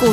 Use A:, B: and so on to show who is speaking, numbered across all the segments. A: 股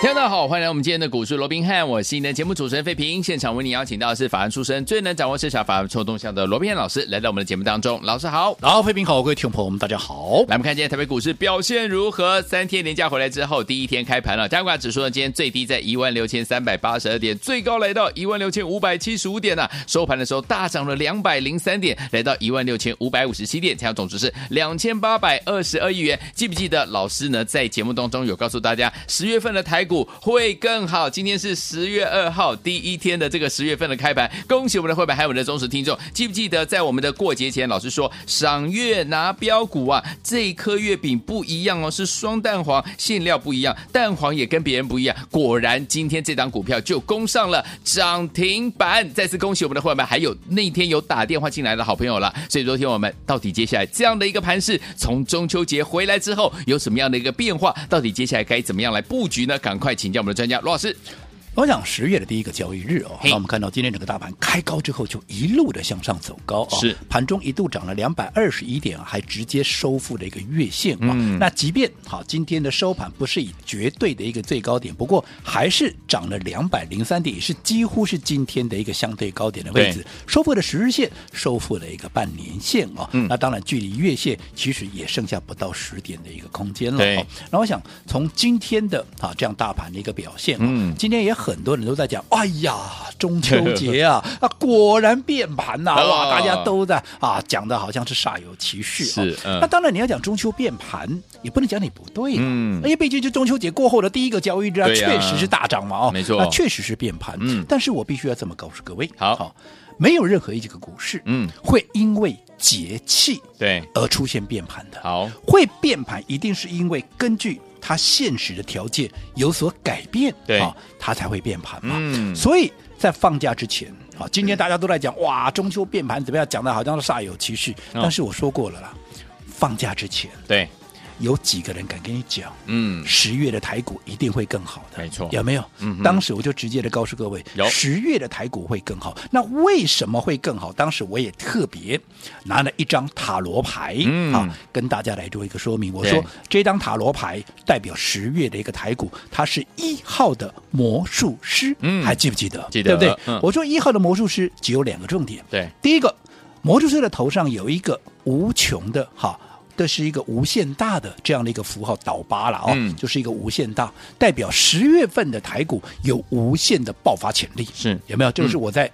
B: 听众大家好，欢迎来我们今天的股市罗宾汉，我是你的节目主持人费平。现场为你邀请到的是法案出身、最能掌握市场法案臭动向的罗宾汉老师，来到我们的节目当中。老师好，
C: 然后，飞平好，各位听众朋友们，大家好。
B: 来，我们看今天台北股市表现如何？三天连假回来之后，第一天开盘了，加权指数呢，今天最低在一万六千三百八十二点，最高来到一万六千五百七十五点呢、啊收盘的时候大涨了两百零三点，来到一万六千五百五十七点，成交总值是两千八百二十二亿元。记不记得老师呢在节目当中有告诉大家，十月份的台股会更好？今天是十月二号第一天的这个十月份的开盘，恭喜我们的会员还有我们的忠实听众。记不记得在我们的过节前，老师说赏月拿标股啊，这一颗月饼不一样哦，是双蛋黄，馅料不一样，蛋黄也跟别人不一样。果然，今天这档股票就攻上了涨停板。再次恭喜我们的会员们，还有那天有打电话进来的好朋友了。所以，昨天我们到底接下来这样的一个盘势，从中秋节回来之后有什么样的一个变化？到底接下来该怎么样来布局呢？赶快请教我们的专家罗老师。
C: 我想十月的第一个交易日哦，
B: 嘿
C: 那我们看到今天整个大盘开高之后就一路的向上走高哦，
B: 是
C: 盘中一度涨了两百二十一点啊，还直接收复了一个月线啊。
B: 嗯
C: 那即便好今天的收盘不是以绝对的一个最高点，不过还是涨了两百零三点，也是几乎是今天的一个相对高点的位置
B: 对，
C: 收复了十日线，收复了一个半年线哦。
B: 嗯
C: 那当然距离月线其实也剩下不到十点的一个空间了
B: 对
C: 哦。那我想从今天的啊这样大盘的一个表现、啊，
B: 嗯
C: 今天也很多人都在讲，哎呀，中秋 节啊，啊果然变盘呐、
B: 哦
C: 哇，大家都在啊讲的好像是煞有其事、啊。
B: 是嗯
C: 那当然你要讲中秋变盘，也不能讲你不对、啊，
B: 嗯
C: 因为毕竟就中秋节过后的第一个交易日啊，
B: 对呀
C: 确实是大涨嘛，哦，
B: 没错
C: 那确实是变盘，
B: 嗯
C: 但是我必须要这么告诉各位，
B: 好
C: 没有任何一个股市，
B: 嗯
C: 会因为节气
B: 对，
C: 而出现变盘的，
B: 好，
C: 会变盘一定是因为根据它现实的条件有所改变，
B: 对
C: 啊，它才会变盘嘛。
B: 嗯
C: 所以在放假之前，啊，今天大家都在讲哇，中秋变盘怎么样，讲的好像是煞有其事，
B: 哦
C: 但是我说过了啦，放假之前
B: 对，
C: 有几个人敢跟你讲？
B: 嗯，
C: 十月的台股一定会更好的，
B: 没错
C: 有没有？
B: 嗯哼
C: 当时我就直接的告诉各位
B: 有，
C: 十月的台股会更好。那为什么会更好？当时我也特别拿了一张塔罗牌、
B: 嗯
C: 啊，跟大家来做一个说明。我
B: 对
C: 说这张塔罗牌代表十月的一个台股，它是一号的魔术师，
B: 嗯
C: 还记不记得？
B: 记得
C: 对不对？
B: 嗯
C: 我说一号的魔术师只有两个重点，
B: 对，
C: 第一个，魔术师的头上有一个无穷的哈。这是一个无限大的这样的一个符号倒八了哦，
B: 嗯
C: 就是一个无限大，代表十月份的台股有无限的爆发潜力，
B: 是
C: 有没有？这个是我在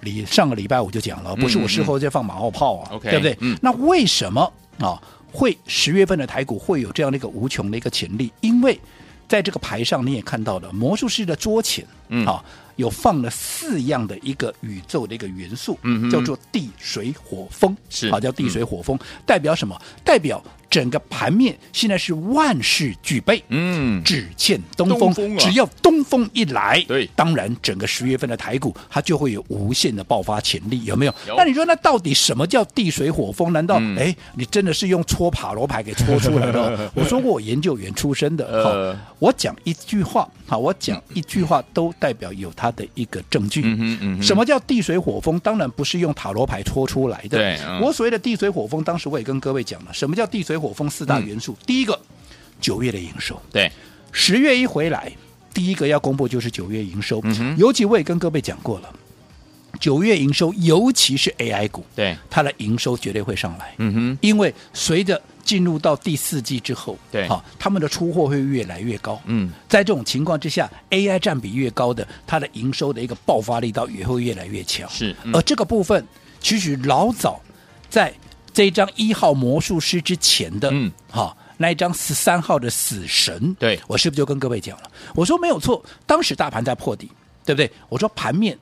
C: 礼、上个礼拜我就讲了，不是
B: 嗯
C: 我事后再放马后炮啊，
B: OK，
C: 对不对？
B: 嗯
C: 那为什么啊会十月份的台股会有这样的一个无穷的一个潜力？因为在这个牌上你也看到了，魔术师的桌前，
B: 嗯
C: 啊，有放了四样的一个宇宙的一个元素，
B: 嗯哼
C: 叫做地、水、火、风，
B: 是嗯
C: 啊，叫地、水、火、风，代表什么？代表整个盘面现在是万事俱备，
B: 嗯，
C: 只欠东风。
B: 东风啊
C: 只要东风一来，
B: 对
C: 当然整个十月份的台股它就会有无限的爆发潜力，有没有？
B: 有
C: 那你说，那到底什么叫地水火风？难道
B: 嗯
C: 哎、你真的是用搓塔罗牌给搓出来 的哦？我说过，我研究员出身的，好、
B: 呃
C: 我讲一句话，好，我讲一句话都代表有它的一个证据。
B: 嗯哼嗯哼
C: 什么叫地水火风？当然不是用塔罗牌搓出来的。
B: 对嗯
C: 我所谓的地水火风，当时我也跟各位讲了，什么叫地水火风四大元素？
B: 嗯
C: 第一个，九月的营收。
B: 对，
C: 十月一回来，第一个要公布就是九月营收。
B: 嗯哼
C: 尤其我也跟各位讲过了，九月营收，尤其是 AI 股，
B: 对，
C: 它的营收绝对会上来。
B: 嗯哼，
C: 因为随着进入到第四季之后，
B: 对
C: 好、他们的出货会越来越高。
B: 嗯，
C: 在这种情况之下，AI 占比越高的，它的营收的一个爆发力道也会越来越强。
B: 是嗯
C: 而这个部分其实老早在这一张一号魔术师之前的，
B: 嗯，
C: 好、那一张十三号的死神，
B: 对
C: 我是不是就跟各位讲了？我说没有错，当时大盘在破底，对不对？我说盘面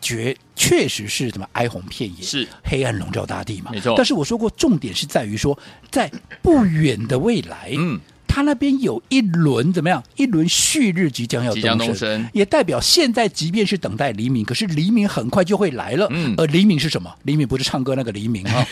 C: 绝确实是什么哀鸿遍野，
B: 是
C: 黑暗笼罩大地嘛，
B: 没错
C: 但是我说过，重点是在于说，在不远的未来，
B: 嗯，
C: 它那边有一轮怎么样？一轮旭日即将要
B: 即将
C: 东
B: 东升
C: 也代表现在即便是等待黎明，可是黎明很快就会来了。
B: 嗯
C: 而黎明是什么？黎明不是唱歌那个黎明 啊，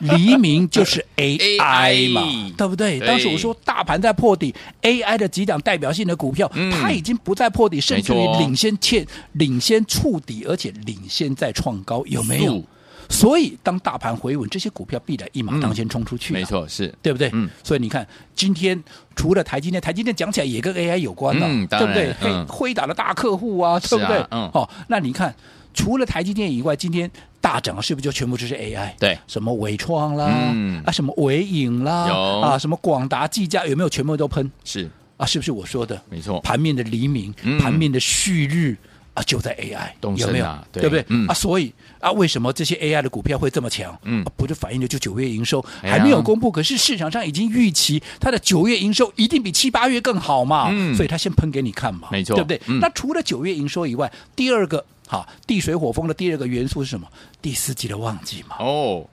C: 黎明就是 AI 嘛
B: AI，
C: 对不对？
B: 对
C: 当时我说大盘在破底，AI 的几档代表性的股票，
B: 嗯
C: 它已经不再破底，甚至于
B: 没错
C: 领先欠领先触底，而且领先在创高，有没有
B: 速？
C: 所以，当大盘回稳，这些股票必然一马当先冲出去、
B: 嗯
C: 啊
B: 没错，是
C: 对不对？
B: 嗯
C: 所以你看，今天除了台积电，台积电讲起来也跟 AI 有关了、
B: 嗯当
C: 对
B: 然
C: 不对？
B: 嗯
C: 嘿辉达的大客户啊，
B: 是
C: 对
B: 啊
C: 不对？
B: 嗯
C: 哦，那你看，除了台积电以外，今天大涨是不是就全部就是 AI？
B: 对
C: 什么伟创啦，
B: 嗯
C: 啊，什么伟影啦，
B: 有
C: 啊，什么广达、技嘉，有没有全部都喷
B: 是，
C: 啊？是不是我说的？
B: 没错，
C: 盘面的黎明，
B: 嗯
C: 盘面的旭日啊，就在 AI，
B: 动
C: 有
B: 身
C: 没有
B: 啊？对
C: 对不对？
B: 嗯
C: 啊，所以啊，为什么这些 AI 的股票会这么强？
B: 嗯
C: 啊不就反映了就九月营收
B: 哎呀
C: 还没有公布，可是市场上已经预期它的九月营收一定比七八月更好嘛？
B: 嗯
C: 所以它先喷给你看嘛，
B: 没错
C: 对不对？
B: 嗯
C: 那除了九月营收以外，第二个好地水火风的第二个元素是什么？第四季的旺季嘛。
B: 哦，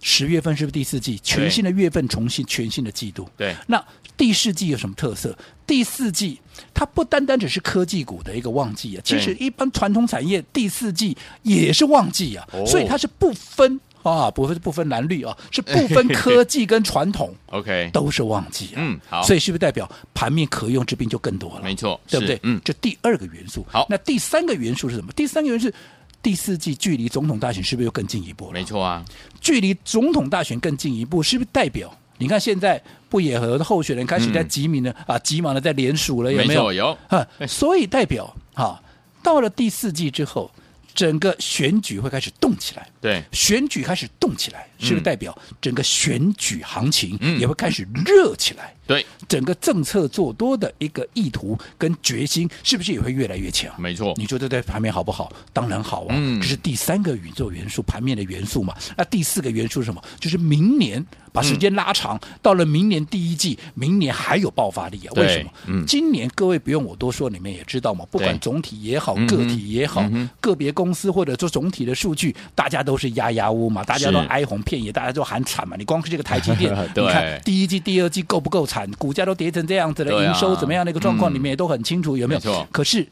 C: 十月份是不是第四季？全新的月份，重新全新的季度。
B: 对
C: 那第四季有什么特色？第四季它不单单只是科技股的一个旺季啊，其实一般传统产业第四季也是旺季啊，
B: 哦
C: 所以它是不分啊，不分不分蓝绿啊，是不分科技跟传统
B: ，OK，
C: 都是旺季啊。
B: 嗯好
C: 所以是不是代表盘面可用之兵就更多了？
B: 没错，
C: 对不
B: 是
C: 对？
B: 嗯，
C: 这第二个元素。
B: 好
C: 那第三个元素是什么？第三个元素是第四季距离总统大选是不是又更进一步了？
B: 没错啊，
C: 距离总统大选更进一步，是不是代表？你看现在不野和的候选人开始在
B: 嗯
C: 集民呢、啊，急忙的在联署了，有
B: 没
C: 没有？
B: 错，有，
C: 啊，所以代表哈、到了第四季之后，整个选举会开始动起来。
B: 对，
C: 选举开始动起来，是不是代表整个选举行情
B: 嗯
C: 也会开始热起来？
B: 对，
C: 整个政策做多的一个意图跟决心，是不是也会越来越强？
B: 没错，
C: 你说这对盘面好不好？当然好啊，
B: 嗯
C: 这是第三个宇宙元素，盘面的元素嘛。那第四个元素是什么？就是明年把时间拉长，到了明年第一季，明年还有爆发力啊。
B: 嗯对
C: 为什么？
B: 嗯
C: 今年各位不用我多说，你们也知道嘛，不管
B: 对
C: 总体也好
B: 嗯，哼
C: 个体也好
B: 嗯哼，
C: 个别公司或者说总体的数据，大家都是压压乌嘛，大家都
B: 是，
C: 哀鸿遍野，大家都喊惨嘛。你光是这个台积电 你
B: 对
C: 看第一季、第二季够不够惨？股价都跌成这样子了，
B: 对啊
C: 营收怎么样的一个状况，
B: 嗯
C: 你们也都很清楚，有没有？
B: 没错
C: 可是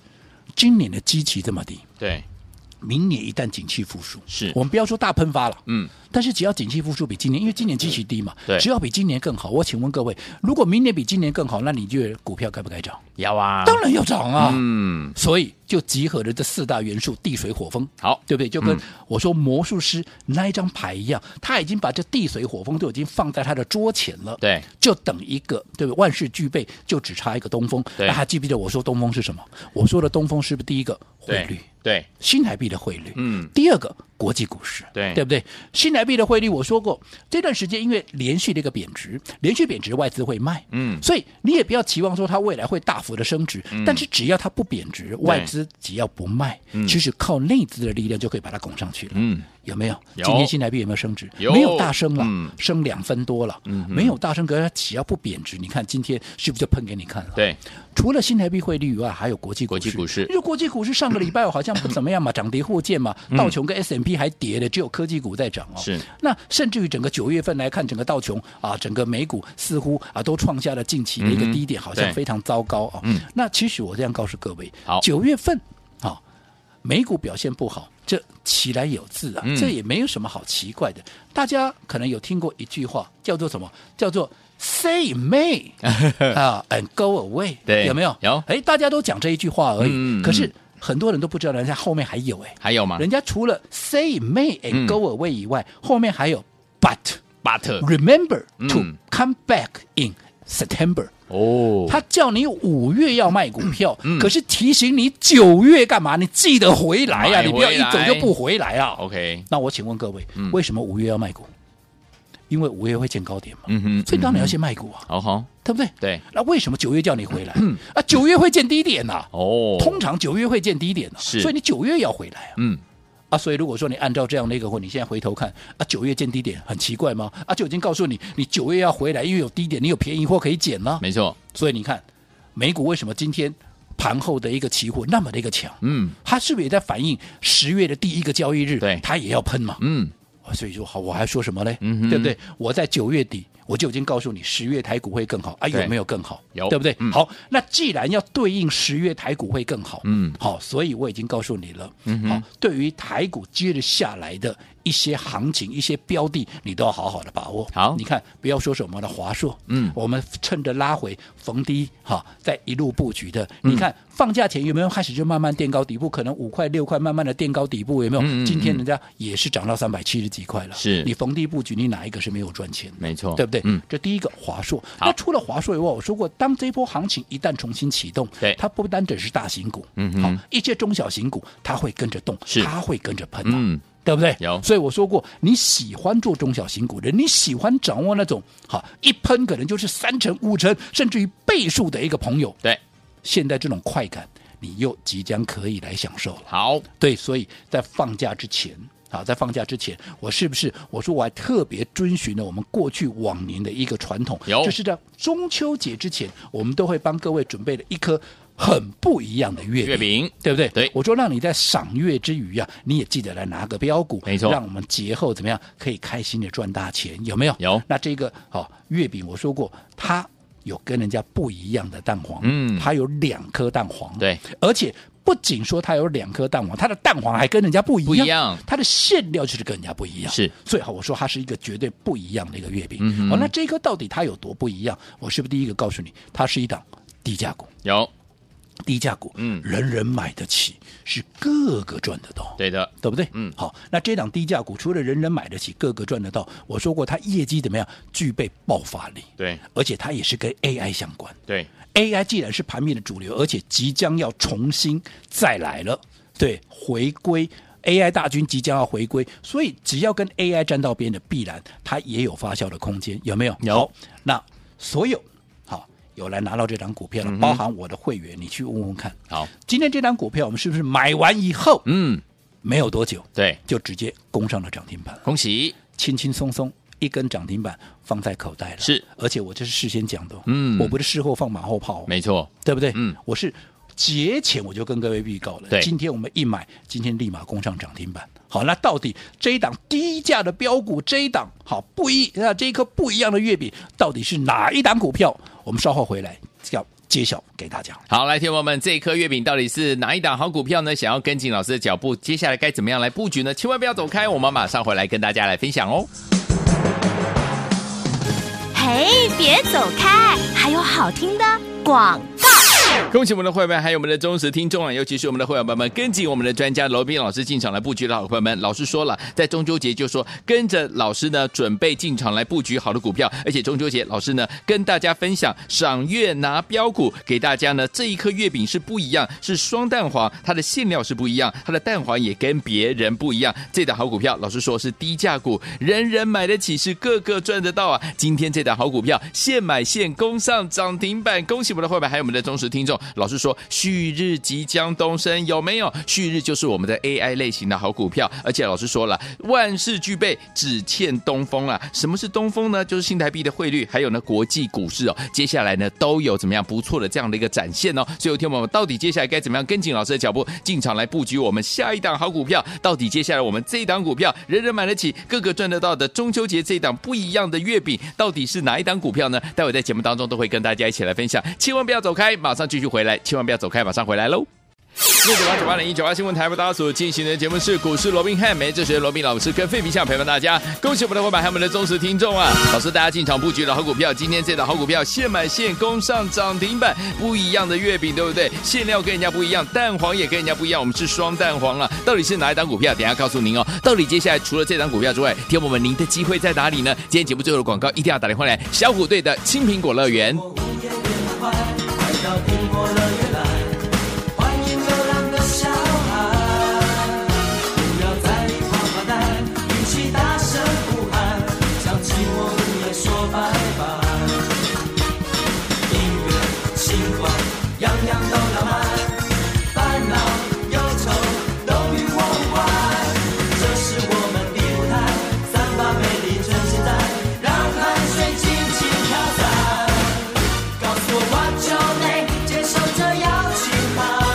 C: 今年的基期这么低，
B: 对，
C: 明年一旦景气复苏，
B: 是
C: 我们不要说大喷发了，
B: 嗯，
C: 但是只要景气复苏比今年，因为今年基期低嘛，
B: 对
C: 只要比今年更好，我请问各位，如果明年比今年更好，那你觉得股票该不该涨？
B: 要啊，
C: 当然要涨啊！
B: 嗯，
C: 所以就集合了这四大元素：地、水、火、风。
B: 好
C: 对不对？就跟
B: 嗯
C: 我说魔术师那一张牌一样，他已经把这地、水、火、风都已经放在他的桌前了。
B: 对，
C: 就等一个，对不对？万事俱备，就只差一个东风。
B: 对
C: 那还记不记得我说东风是什么？我说的东风是不是第一个汇率
B: 对？，对，
C: 新台币的汇率，
B: 嗯
C: 第二个国际股市，
B: 对
C: 对不对？新台币的汇率，我说过这段时间因为连续的一个贬值，连续贬值外资会卖，
B: 嗯
C: 所以你也不要期望说它未来会大幅的升值，但是只要它不贬值，外资只要不卖，其实靠内资的力量就可以把它拱上去了，
B: 嗯，
C: 有没有？
B: 有
C: 今天新台币有没有升值？
B: 有
C: 没有大升了，
B: 嗯
C: 升两分多了，没有大升，可是它只要不贬值，你看今天是不是就喷给你看了？
B: 对，
C: 除了新台币汇率以外，还有国际股市。
B: 国际股市
C: 因为国际股市上个礼拜好像不怎么样嘛，涨跌互见嘛，道琼跟 S M P 还跌的，只有科技股在涨哦。
B: 嗯是。
C: 那甚至于整个九月份来看，整个道琼啊，整个美股似乎啊都创下了近期的一个低点，好像
B: 嗯对
C: 非常糟糕哦。
B: 嗯
C: 那其实我这样告诉各位
B: 好，
C: 九月份啊，美股表现不好，这其来有自啊，
B: 嗯
C: 这也没有什么好奇怪的。大家可能有听过一句话，叫做什么？叫做 “say may” 啊，and go away，
B: 对
C: 有没有？
B: 有
C: 哎，大家都讲这一句话而已，
B: 嗯嗯啊
C: 可是很多人都不知道，人家后面还有哎，
B: 还有吗
C: 人家除了 “say may”
B: 嗯
C: and go away 以外，后面还有 “but”。
B: ？But，
C: Remember to
B: 呃嗯
C: come back in September。
B: 哦，嗯
C: 他叫你五月要卖股票，可是提醒你九月干嘛？你记得回来啊！
B: 买回来哦
C: 你不要一走就不回来啊！
B: OK，
C: 那我请问各位，
B: 嗯
C: 为什么五月要卖股？因为五月会见高点嘛，
B: 嗯哼
C: 所以当然要
B: 嗯
C: 先卖股啊，
B: 好好，
C: 对不对？
B: 对，嗯
C: 那为什么九月叫你回来？啊，九月会见低点呐、
B: 哦，
C: 通，常九月会见低点呐、
B: 是
C: 所以你九月要回来啊。
B: 嗯，
C: 啊，所以如果说你按照这样的一个，或你现在回头看啊，九月见低点很奇怪吗？啊，就已经告诉你，你九月要回来，因为有低点，你有便宜货可以捡啦。
B: 没错，
C: 所以你看，美股为什么今天盘后的一个期货那么的一个强？
B: 嗯
C: 它是不是也在反映十月的第一个交易日？
B: 对
C: 它也要喷嘛。
B: 嗯，
C: 啊所以说好，我还说什么嘞？
B: 嗯哼
C: 对不对？我在九月底，我就已经告诉你十月台股会更好啊，
B: 对
C: 有没有更好？
B: 有
C: 对不对？
B: 嗯
C: 好，那既然要对应十月台股会更好，
B: 嗯
C: 好，所以我已经告诉你了，好，对于台股接着下来的一些行情、一些标的，你都要好好的把握。
B: 好
C: 你看，不要说什么的华硕，
B: 嗯
C: 我们趁着拉回逢低，哈，再一路布局的。
B: 嗯
C: 你看放假前有没有开始就慢慢垫高底部？可能五块六块慢慢的垫高底部，有没有？
B: 嗯嗯嗯
C: 今天人家也是涨到三百七十几块了。
B: 是
C: 你逢低布局，你哪一个是没有赚钱的？
B: 没错
C: 对不对？
B: 嗯，
C: 这第一个华硕。
B: 好
C: 那除了华硕以外，我说过，当这波行情一旦重新启动，
B: 对
C: 它不单只是大型股，
B: 嗯哼
C: 好，一些中小型股它会跟着动
B: 是，
C: 它会跟着喷、啊，
B: 嗯，
C: 对不对？
B: 有
C: 所以我说过，你喜欢做中小型股的，你喜欢掌握那种好一喷可能就是三成、五成，甚至于倍数的一个朋友，
B: 对，
C: 现在这种快感，你又即将可以来享受了。
B: 好，
C: 对，所以在放假之前。啊，在放假之前，我是不是我说我还特别遵循了我们过去往年的一个传统，
B: 有
C: 就是在中秋节之前，我们都会帮各位准备了一颗很不一样的月饼，
B: 月饼
C: 对不对？
B: 对
C: 我说让你在赏月之余啊，你也记得来拿个标股，
B: 没错
C: 让我们节后怎么样可以开心的赚大钱，有没有？
B: 有
C: 那这个好、月饼，我说过它有跟人家不一样的蛋黄，
B: 嗯
C: 它有两颗蛋黄，
B: 对，
C: 而且不仅说它有两颗蛋黄，它的蛋黄还跟人家不一样，
B: 不一样
C: 它的馅料就是跟人家不一样，
B: 是，
C: 所以好，我说它是一个绝对不一样的一个月饼。
B: 嗯哼
C: 好，那这一颗到底它有多不一样？我是不是第一个告诉你，它是一档低价股，
B: 有，
C: 低价股，
B: 嗯
C: 人人买得起，是个个赚得到。
B: 对的，
C: 对不对？
B: 嗯
C: 好，那这档低价股除了人人买得起，个个赚得到，我说过它业绩怎么样，具备爆发力，
B: 对
C: 而且它也是跟 AI 相关。
B: 对，
C: AI 既然是盘面的主流，而且即将要重新再来了，对，回归 AI 大军即将要回归，所以只要跟 AI 站到边的，必然它也有发酵的空间，有没有？
B: 有
C: 好。那所有好有来拿到这张股票了，包含我的会员，你去问问看。
B: 嗯好，
C: 今天这张股票我们是不是买完以后
B: 嗯，
C: 没有多久
B: 对，
C: 就直接攻上了涨停板？
B: 恭喜，
C: 轻轻松松一根涨停板放在口袋了。
B: 是，
C: 而且我这是事先讲的哦，
B: 嗯
C: 我不是事后放马后炮哦，
B: 没错，
C: 对不对？
B: 嗯，
C: 我是节前我就跟各位预告了，
B: 对
C: 今天我们一买，今天立马攻上涨停板。好，那到底这一档低价的标股，这一档好不一，那这一颗不一样的月饼，到底是哪一档股票？我们稍后回来要揭晓给大家。
B: 好，来，听众朋友们，这一颗月饼到底是哪一档好股票呢？想要跟进老师的脚步，接下来该怎么样来布局呢？千万不要走开，我们马上回来跟大家来分享哦。
A: 嘿，别走开，还有好听的广。
B: 恭喜我们的会员们，还有我们的忠实听众啊，尤其是我们的会员朋友们，跟紧我们的专家罗斌老师进场来布局的好朋友们。老师说了，在中秋节就说跟着老师呢，准备进场来布局好的股票，而且中秋节老师呢跟大家分享赏月拿标股，给大家呢这一颗月饼是不一样，是双蛋黄，它的馅料是不一样，它的蛋黄也跟别人不一样。这档好股票，老师说是低价股，人人买得起，是个个赚得到啊。今天这档好股票现买现攻上涨停板，恭喜我们的会员，还有我们的忠实听众。老师说，旭日即将东升，有没有？旭日就是我们的 AI 类型的好股票，而且老师说了，万事俱备，只欠东风啊。什么是东风呢？就是新台币的汇率，还有呢国际股市哦。接下来呢都有怎么样不错的这样的一个展现哦。所以，听我们到底接下来该怎么样跟紧老师的脚步进场来布局我们下一档好股票？到底接下来我们这一档股票人人买得起，个个赚得到的中秋节这一档不一样的月饼，到底是哪一档股票呢？待会在节目当中都会跟大家一起来分享，千万不要走开，马上继续回来，千万不要走开，马上回来喽。六九八九八零一九八新闻台为大家所进行的节目是股市罗宾汉，每这时罗宾老师跟费皮相陪伴大家。恭喜我们的伙伴，还有我们的忠实听众啊！老师，大家进场布局的好股票，今天这档好股票现买现攻上涨停板，不一样的月饼，对不对？馅料跟人家不一样，蛋黄也跟人家不一样，我们是双蛋黄啊！到底是哪一档股票？等一下告诉您哦。到底接下来除了这档股票之外，听我们您的机会在哪里呢？今天节目最后的广告一定要打电话来，小虎队的青苹果乐园。
D: 快到苹果乐园来，欢迎流浪的小孩，不要在意跑跑呆，一起大声呼喊，向寂寞午夜说拜拜。音乐、星光，样样都浪漫，烦恼、忧愁都与我无关。这是我们的舞台，散发美丽趁现在，让汗水尽情飘散。告诉我 What's your name，接受这样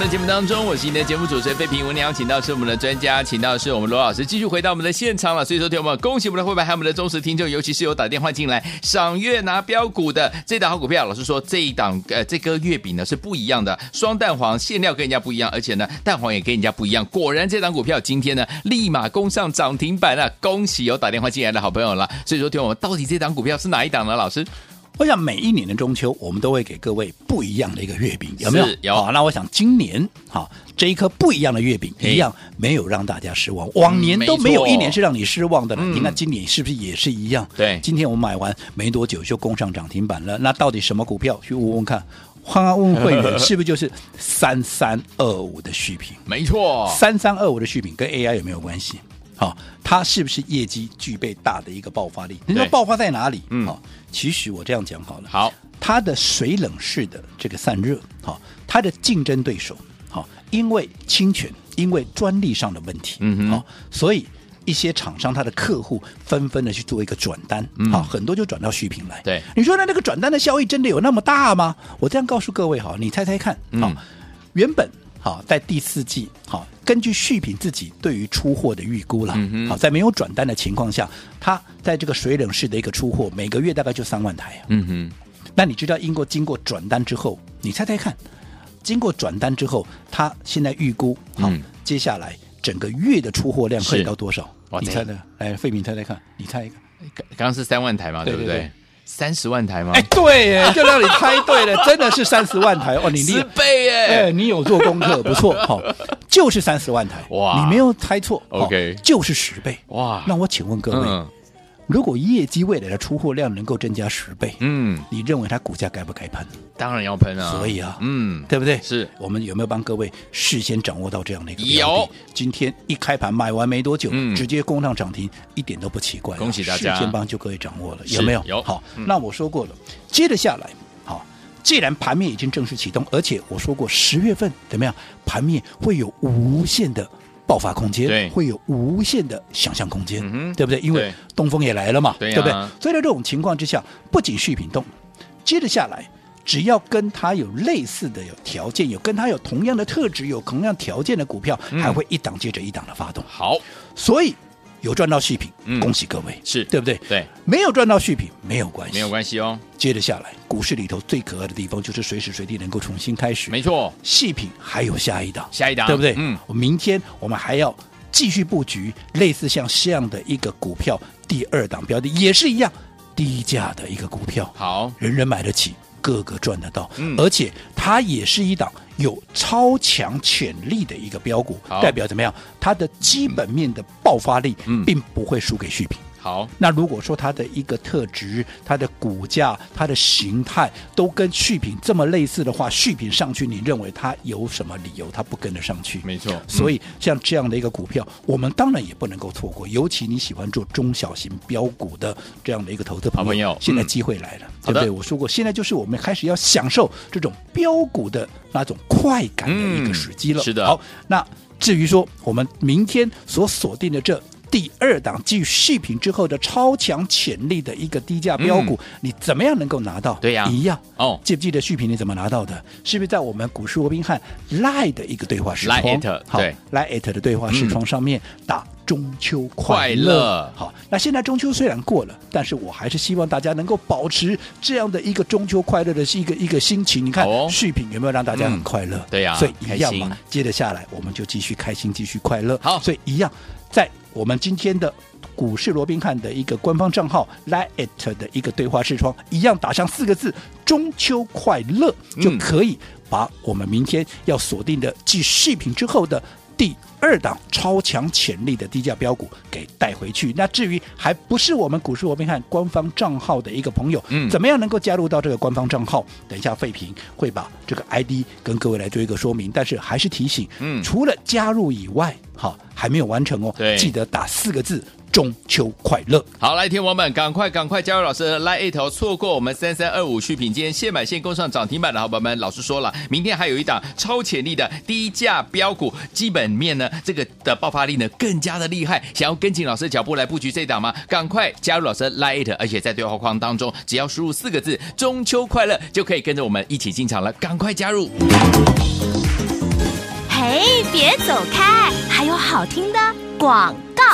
B: 的节目当中，我是您的节目主持人费平。我们邀请到是我们的专家，请到的是我们罗老师，继续回到我们的现场了。所以说，听我们恭喜我们的会员还有我们的忠实听众，尤其是有打电话进来赏月拿标股的这档好股票，老师说这一档呃这个月饼呢是不一样的，双蛋黄馅料跟人家不一样，而且呢蛋黄也跟人家不一样。果然这档股票今天呢立马攻上涨停板了，恭喜有打电话进来的好朋友了。所以说，听我们到底这档股票是哪一档呢？老师，
C: 我想每一年的中秋，我们都会给各位不一样的一个月饼，有没有
B: 是？有
C: 好，那我想今年好这一颗不一样的月饼，
B: 嘿
C: 一样没有让大家失望。往年都没有
B: 没错
C: 一年是让你失望的了。
B: 嗯
C: 你看今年是不是也是一样？
B: 对
C: 今天我们买完没多久就攻上涨停板了。那到底什么股票？去问问看。刚刚问 会员是不是就是三三二五的续品？
B: 没 错，
C: 三三二五的续品跟 AI 有没有关系？好、它是不是业绩具备大的一个爆发力？你说
B: 对
C: 爆发在哪里？
B: 嗯
C: 好、其实我这样讲好了。
B: 好，
C: 它的水冷式的这个散热，好、它的竞争对手，好、因为侵权，因为专利上的问题，
B: 嗯哼
C: 好、所以。一些厂商，它的客户纷纷的去做一个转单，好、很多就转到续品来。
B: 嗯对
C: 你说那那个转单的效益真的有那么大吗？我这样告诉各位哈，你猜猜看，好、
B: 嗯
C: 原本好在第四季好，根据续品自己对于出货的预估啦，
B: 嗯
C: 好在没有转单的情况下，它在这个水冷式的一个出货，每个月大概就三万台啊。
B: 嗯哼，
C: 那你知道英国经过转单之后，你猜猜看，经过转单之后，它现在预估好、
B: 嗯
C: 接下来整个月的出货量可以到多少
B: 哇？
C: 你
B: 这
C: 猜的，来，费敏猜猜看，你猜一个。
B: 刚刚刚是三万台嘛，对
C: 对
B: 不
C: 对
B: 对
C: 对？
B: 三十万台吗？
C: 哎，对耶，就让你猜对了， 真的是三十万台哦，你
B: 啊
C: 厉
B: 十
C: 害。
B: 倍耶！
C: 哎，你有做功课，不错，好、就是三十万台，
B: 哇
C: 你没有猜错好
B: OK
C: 就是十倍，
B: 哇
C: 那我请问各位，
B: 嗯
C: 如果业绩未来的出货量能够增加十倍，
B: 嗯，
C: 你认为它股价该不该喷？
B: 当然要喷啊，
C: 所以啊
B: 嗯，
C: 对不对？
B: 是
C: 我们有没有帮各位事先掌握到这样的一个标的
B: 有
C: 今天一开盘买完没多久，
B: 嗯
C: 直接攻上涨停，一点都不奇怪啊。
B: 恭喜大家
C: 事先帮就各位掌握了，
B: 是
C: 有没有？
B: 有
C: 好，
B: 嗯
C: 那我说过了，接着下来，好。既然盘面已经正式启动，而且我说过十月份怎么样，盘面会有无限的爆发空间，
B: 对
C: 会有无限的想象空间，
B: 嗯哼
C: 对不对？因为
B: 对
C: 东风也来了嘛，
B: 对呀
C: 不对？所以在这种情况之下，不仅续品动，接着下来，只要跟它有类似的有条件，有跟它有同样的特质、有同样条件的股票，
B: 嗯
C: 还会一档接着一档的发动。
B: 好
C: 所以有赚到续品，
B: 嗯
C: 恭喜各位，
B: 是
C: 对不对？
B: 对，
C: 没有赚到续品没有关系，
B: 没有关系哦，
C: 接着下来，股市里头最可爱的地方就是随时随地能够重新开始。
B: 没错，
C: 细品还有下一档，
B: 下一档
C: 对不对？
B: 嗯，
C: 明天我们还要继续布局类似像这样的一个股票，第二档标的也是一样，低价的一个股票，
B: 好，
C: 人人买得起，个个赚得到，
B: 嗯
C: 而且它也是一档有超强潜力的一个标股
B: 好，
C: 代表怎么样？它的基本面的爆发力
B: 嗯
C: 并不会输给续品。
B: 好，
C: 那如果说它的一个特质、它的股价、它的形态都跟续品这么类似的话，续品上去，你认为它有什么理由它不跟得上去？
B: 没错
C: 所以像这样的一个股票，我们当然也不能够错过。尤其你喜欢做中小型标股的这样的一个投资
B: 好
C: 朋友，
B: 朋友
C: 现在
B: 嗯
C: 机会来了，
B: 好
C: 对
B: 的
C: 不对？我说过，现在就是我们开始要享受这种标股的那种快感的一个时机
B: 嗯
C: 了。
B: 是的
C: 好，那至于说我们明天所锁定的这第二档基于续品之后的超强潜力的一个低价标股，你怎么样能够拿到？
B: 嗯对呀
C: 一样。
B: 哦，
C: 记不记得续品你怎么拿到的？是不是在我们股市罗宾汉 Line 的一个对话视
B: Line
C: 窗
B: at，？
C: 好
B: 对
C: ，Line at 的对话视窗上面打中秋快
B: 快乐
C: 好，那现在中秋虽然过了，但是我还是希望大家能够保持这样的一个中秋快乐的一个一个心情。你看
B: 哦
C: 续品有没有让大家很
B: 嗯
C: 快乐？
B: 对呀
C: 所以一样
B: 开心
C: 嘛。接着下来我们就继续开心，继续快乐。
B: 好
C: 所以一样在我们今天的。股市罗宾汉的一个官方账号 Line it 的一个对话视窗，一样打上四个字“中秋快乐”，就
B: 嗯
C: 可以把我们明天要锁定的继续品之后的第二档超强潜力的低价标股给带回去。那至于还不是我们股市罗宾汉官方账号的一个朋友，
B: 嗯
C: 怎么样能够加入到这个官方账号？等一下费平会把这个 ID 跟各位来做一个说明，但是还是提醒，
B: 嗯
C: 除了加入以外，好还没有完成哦
B: 对，
C: 记得打四个字“中秋快乐”。
B: 好，来，听我们赶快赶快加入老师的 Line 头，错过我们三三二五续品，今天现买现攻上涨停板的好朋友们，老师说了，明天还有一档超潜力的低价标股，基本面呢这个的爆发力呢更加的厉害，想要跟紧老师的脚步来布局这档吗？赶快加入老师的 Line，而且在对话框当中，只要输入四个字“中秋快乐”，就可以跟着我们一起进场了，赶快加入。
A: 嘿，别走开，还有好听的广告。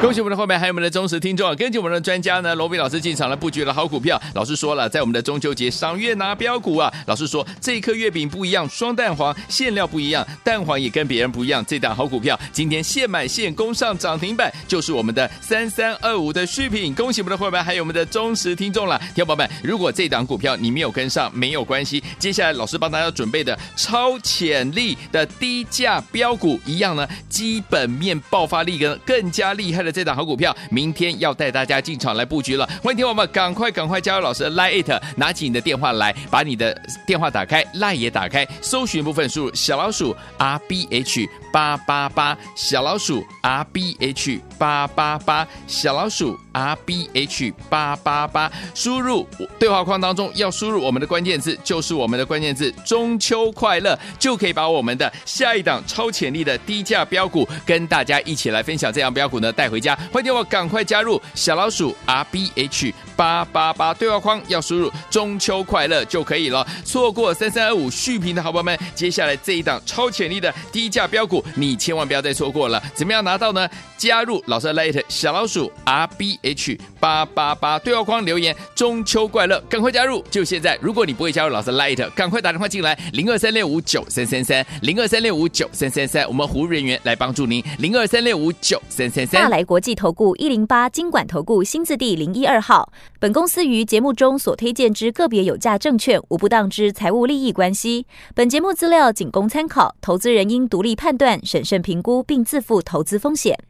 B: 恭喜我们的后面还有我们的忠实听众啊！根据我们的专家呢，罗斌老师进场了，布局了好股票。老师说了，在我们的中秋节赏月拿标股啊！老师说这一颗月饼不一样，双蛋黄馅料不一样，蛋黄也跟别人不一样。这档好股票今天现买现攻上涨停板，就是我们的三三二五的续品。恭喜我们的会员还有我们的忠实听众啦！听众朋友们，如果这档股票你没有跟上，没有关系，接下来老师帮大家准备的超潜力的低价标股一样呢，基本面爆发力跟更加厉害的这档好股票，明天要带大家进场来布局了。欢迎听我们赶快赶快加入老师的 Line it，拿起你的电话来，把你的电话打开，Line 也打开，搜寻部分输入小老鼠 R B H 八八八，小老鼠 R B H 八八八，小老鼠 R B H 八八八，输入对话框当中要输入我们的关键字，就是我们的关键字“中秋快乐”，就可以把我们的下一档超潜力的低价标股跟大家一起来分享。这样标股呢带回家，欢迎我赶快加入小老鼠 R B H 八八八对话框，要输入“中秋快乐”就可以了。错过三三二五续评的好朋友们，接下来这一档超潜力的低价标股，你千万不要再错过了。怎么样拿到呢？加入老师的 Lite 小老鼠 R B H 八八八对话框留言“中秋快乐”，赶快加入，就现在！如果你不会加入老师的 Lite，赶快打电话进来零二三六五九三三三零二三六五九三三三，我们服务人员来帮助您零二三六五九三三三
E: 大。来国际投顾一零八金管投顾新字第零一二号。本公司于节目中所推荐之个别有价证券，无不当之财务利益关系。本节目资料仅供参考，投资人应独立判断、审慎评估，并自负投资风险。